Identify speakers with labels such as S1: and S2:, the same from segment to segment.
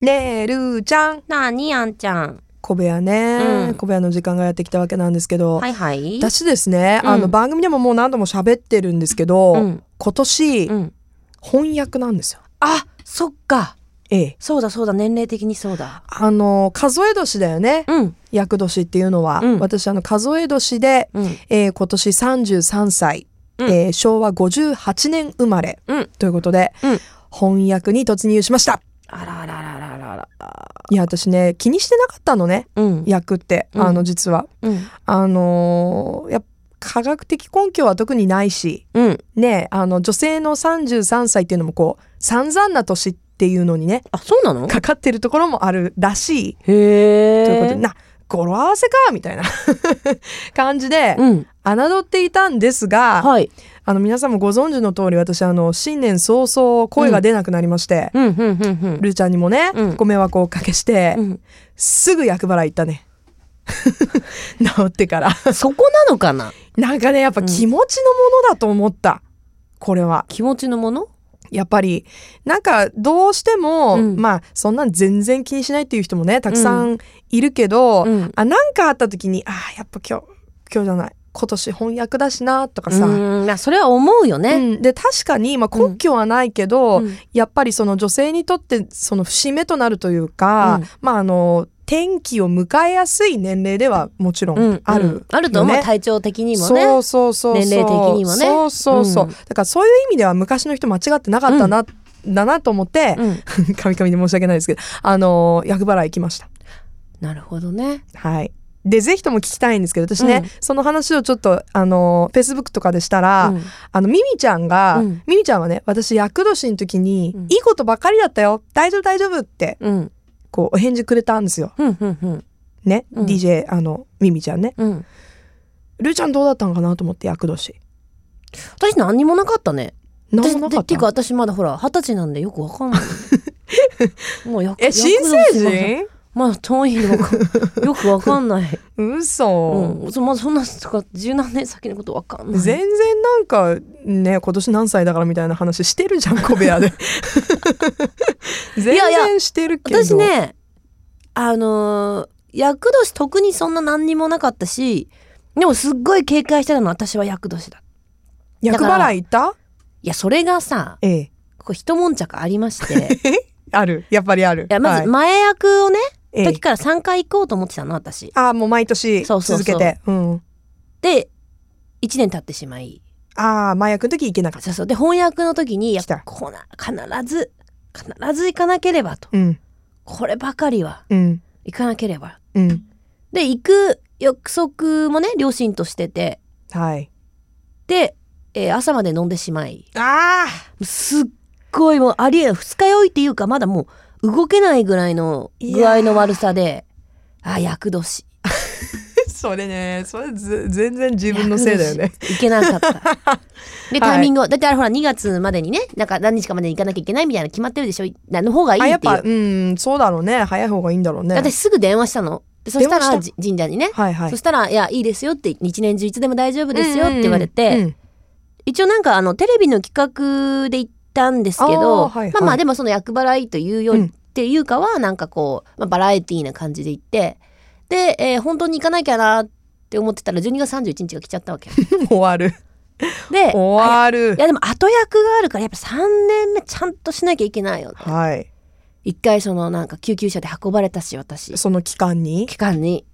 S1: ねえルーちゃん
S2: なあにあんちゃん。
S1: 小部屋ね、
S2: うん
S1: 小部屋の時間がやってきたわけなんですけど、
S2: はいはい。
S1: 私ですね、
S2: うん
S1: あの番組でももう何度も喋ってるんですけど、
S2: うん
S1: 今年、
S2: うん。
S1: 翻訳なんですよ。
S2: あ、そっか。
S1: ええ、
S2: そうだそうだ、年齢的にそうだ。
S1: あの数え年だよね
S2: うん。
S1: 厄年っていうのは、
S2: うん
S1: 私あの数え年で、
S2: うん。
S1: えー今年33歳、
S2: うん
S1: えー昭和58年生まれ、
S2: うん
S1: ということで、
S2: うん
S1: 翻訳に突入しました。
S2: あらあらあらあらあらあら。
S1: いや私ね気にしてなかったのね
S2: うん。
S1: 役って、
S2: うん
S1: あの実は
S2: うん。
S1: あのーやっぱ科学的根拠は特にないし
S2: うん。
S1: ねあの女性の33歳っていうのもこう散々な年っていうのにね
S2: あ、そうなの
S1: かかってるところもあるらしい
S2: へえ。
S1: ということでな語呂合わせかみたいな 感じで
S2: うん。
S1: 侮っていたんですが、
S2: はい。
S1: あの皆さんもご存知の通り私あの新年早々声が出なくなりまして、
S2: うん、うん、うん、
S1: ルーちゃんにもね、
S2: うん
S1: ご迷惑をおかけして、
S2: うん。
S1: すぐ厄払い行ったね 治ってから
S2: うん。そこなのかな
S1: なんかねやっぱ気持ちのものだと思った、これは
S2: 気持ちのもの
S1: やっぱりなんかどうしても、
S2: うん
S1: まあそんなん全然気にしないっていう人もねたくさんいるけど、
S2: うん。
S1: あなんかあった時にあーやっぱ今日今日じゃない今年翻訳だしなとかさ、
S2: うん。まあそれは思うよ
S1: う
S2: ね。
S1: んで確かに、まあ、根拠はないけど、
S2: うん
S1: やっぱりその女性にとってその節目となるというか、
S2: うん
S1: まああの天気を迎えやすい年齢ではもちろ
S2: うん
S1: んある、
S2: うんあると思
S1: よ
S2: う。
S1: ね
S2: 体調的にもね。
S1: そうそうそうそう
S2: 年齢的にもね
S1: そうそうそう、
S2: うん
S1: だからそういう意味では昔の人間違ってなかったな、だなと思って、
S2: うん。
S1: 神々で申し訳ないですけどあの厄払い行きました
S2: なるほどね。
S1: はいでぜひとも聞きたいんですけど私ね、
S2: うん
S1: その話をちょっとあのフェイスブックとかでしたら、
S2: うん
S1: あのミミちゃんが、
S2: うん
S1: ミミちゃんはね私厄年の時に、
S2: うん
S1: いいことばかりだったよ大丈夫大丈夫って
S2: うん。
S1: こうお返事くれたんですよ
S2: うん、うん、うん。
S1: ね、
S2: うん
S1: DJ あのミミちゃんね
S2: うん。
S1: ルーちゃんどうだったんかなと思って厄年
S2: 私何にもなかったね。
S1: 何もなか
S2: で
S1: ってた
S2: いうか私まだほら二十歳なんでよくわかんない。 もうや
S1: え新成人
S2: まだ遠いのかよくわか んない。
S1: 嘘、
S2: うん、そまだそんなとか十何年先のことわかんない。
S1: 全然なんかね今年何歳だからみたいな話してるじゃん小部屋で全
S2: やいや
S1: 然してるけど
S2: 私ねあのー、厄年特にそんな何にもなかったしでもすっごい警戒してたのは私は厄年だ。
S1: 厄払い行った
S2: いやそれがさ
S1: ええ
S2: こう一悶着ありまして い
S1: あるやっぱりある
S2: やまず
S1: はい
S2: 前役をね、
S1: ええ
S2: 時から3回行こうと思ってたの私。
S1: ああもう毎年
S2: そう
S1: 続
S2: そうそう
S1: けてうん
S2: で1年経ってしまい
S1: ああ前役の時行けなかった
S2: そうそうで翻訳の時にやっ
S1: 来
S2: ぱ
S1: た
S2: こな必ず必ず行かなければと
S1: うん
S2: こればかりは
S1: うん
S2: 行かなければ
S1: うん
S2: で行く約束もね両親としてて
S1: はい
S2: で、えー朝まで飲んでしまい
S1: あ
S2: すっごいもうありえない二日酔いっていうかまだもう動けないぐらいの具合の悪さであ厄年
S1: あ それねそれず全然自分のせいだよね
S2: 厄年行けな かったで
S1: はい
S2: タイミングを、だってあれほら2月までにねなんか何日かまでに行かなきゃいけないみたいな決まってるでしょなの方がいいっ
S1: あ
S2: ていう
S1: やっぱうんそうだろうね早い方がいいんだろうね
S2: 私すぐ電話したの。でそし
S1: 電
S2: たら
S1: 話
S2: じ神社にね、
S1: はいはい
S2: そしたら「いやいいですよ」って「一年中いつでも大丈夫ですよ」って言われて、
S1: うんうん
S2: 一応なんかあのテレビの企画で行ったんですけど
S1: あーはいはい
S2: まあまあでもその厄払いというより、
S1: うん
S2: っていうかはなんかこう、まあ、バラエティーな感じで行ってで、えー本当に行かなきゃなって思ってたら12月31日が来ちゃったわけ。
S1: 終わる
S2: で
S1: 終
S2: あ
S1: わる
S2: いやでも後役があるからやっぱ3年目ちゃんとしなきゃいけないよね。
S1: はい
S2: 一回そのなんか救急車で運ばれたし私
S1: その期間に
S2: 期間に。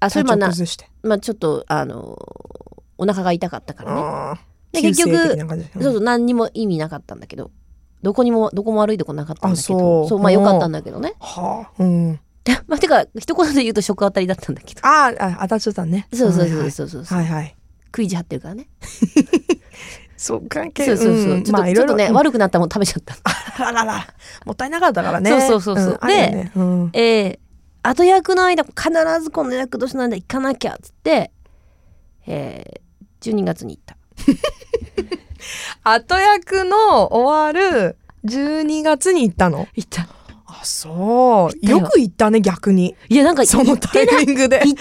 S2: あそれ
S1: 体
S2: ま
S1: 調
S2: あな
S1: 崩して
S2: まあ、ちょっとあのお腹が痛かったからね
S1: あー
S2: で結局
S1: 急性的な感じ
S2: そうそう何にも意味なかったんだけどどこにもどこも歩いてこなかったんだけ
S1: あ
S2: ど
S1: そう
S2: まあよかったんだけどね
S1: はあうん
S2: でまあてか一言で言うと食当たりだったんだけど
S1: あーあ当たっちゃったね
S2: そうそうそうそうそう、
S1: はいはいはいはい
S2: 食い地張ってるからね
S1: そう関係
S2: そうそうそう、
S1: ん
S2: ちょっと,、
S1: まあいろ
S2: ちょ
S1: い
S2: っと
S1: ろ
S2: ね、悪くなったもん食べちゃった
S1: あらららもったいなかったからね
S2: そうそうそうそうん
S1: あるよねうん
S2: ええ後役の間必ずこの役年の間行かなきゃっつってえー、12月に行った
S1: 後役の終わる12月に行ったの
S2: 行った
S1: あそう
S2: たよ
S1: よく行ったね逆に
S2: いやなんか行
S1: そのタイミングで
S2: ってない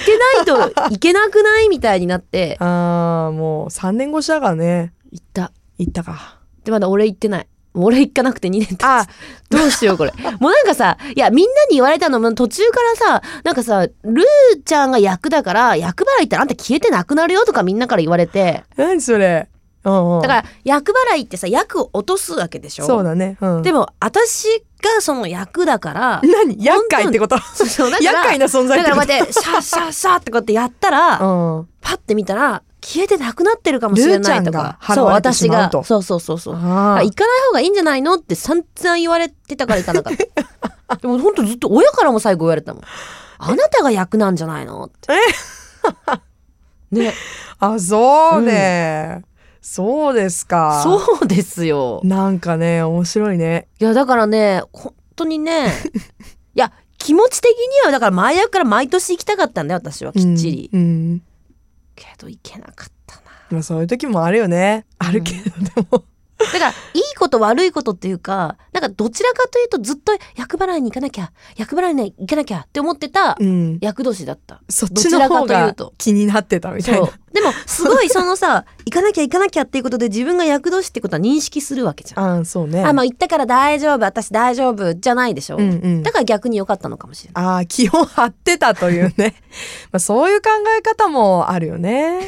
S2: といけなくないみたいに なって
S1: ああもう3年越しだからね
S2: 行った
S1: 行ったか
S2: でまだ俺行ってないもう俺行かなくて2年経つ
S1: あ
S2: どうしようこれもうなんかさいやみんなに言われたのも途中からさなんかさルーちゃんが役だから役払いってあんた消えてなくなるよとかみんなから言われて
S1: 何それうんうん
S2: だから役払いってさ役を落とすわけでしょ
S1: そうだね、うん、
S2: でも私がその役だから
S1: 何厄介ってこと
S2: そうそうだから
S1: 厄介な存在
S2: だ
S1: っ
S2: か
S1: てこ
S2: らことうやってシャッシャッシャッってこうやってやったら、
S1: うん
S2: パッて見たら消えてなくなってるかもしれない
S1: ルーちゃん
S2: とか
S1: が
S2: そう
S1: 払われてし
S2: 私
S1: まう
S2: が
S1: と
S2: そうそうそうそう
S1: あ
S2: あ
S1: ー
S2: 行かない方がいいんじゃないのって散々言われてたから行かなかっ たでも本当ずっと親からも最後言われてたもんあなたが役なんじゃないのってね
S1: あそうね、そうですか
S2: そうですよ
S1: なんかね面白いね
S2: いやだからね本当 にねいや気持ち的にはだから前役から毎年行きたかったんだよ私はきっちり、
S1: うん、うん
S2: けど行けなかったな
S1: まあ、そういう時もあるよねあるけど、でも
S2: だからいいこと悪いことっていうかなんかどちらかというとずっと役払いに行かなきゃ役払いに行かなきゃって思ってた
S1: うん
S2: 役年だった。
S1: そっちの方
S2: どちらかという
S1: が
S2: と
S1: 気になってたみたい
S2: そ
S1: な
S2: うでもすごいそのさ 行かなきゃ行かなきゃっていうことで自分が役年ってことは認識するわけじゃん。
S1: あそうね
S2: あまあ行ったから大丈夫私大丈夫じゃないでしょ、
S1: うんうん
S2: だから逆に良かったのかもしれない。
S1: ああ気を張ってたという ねまあそういう考え方もあるよね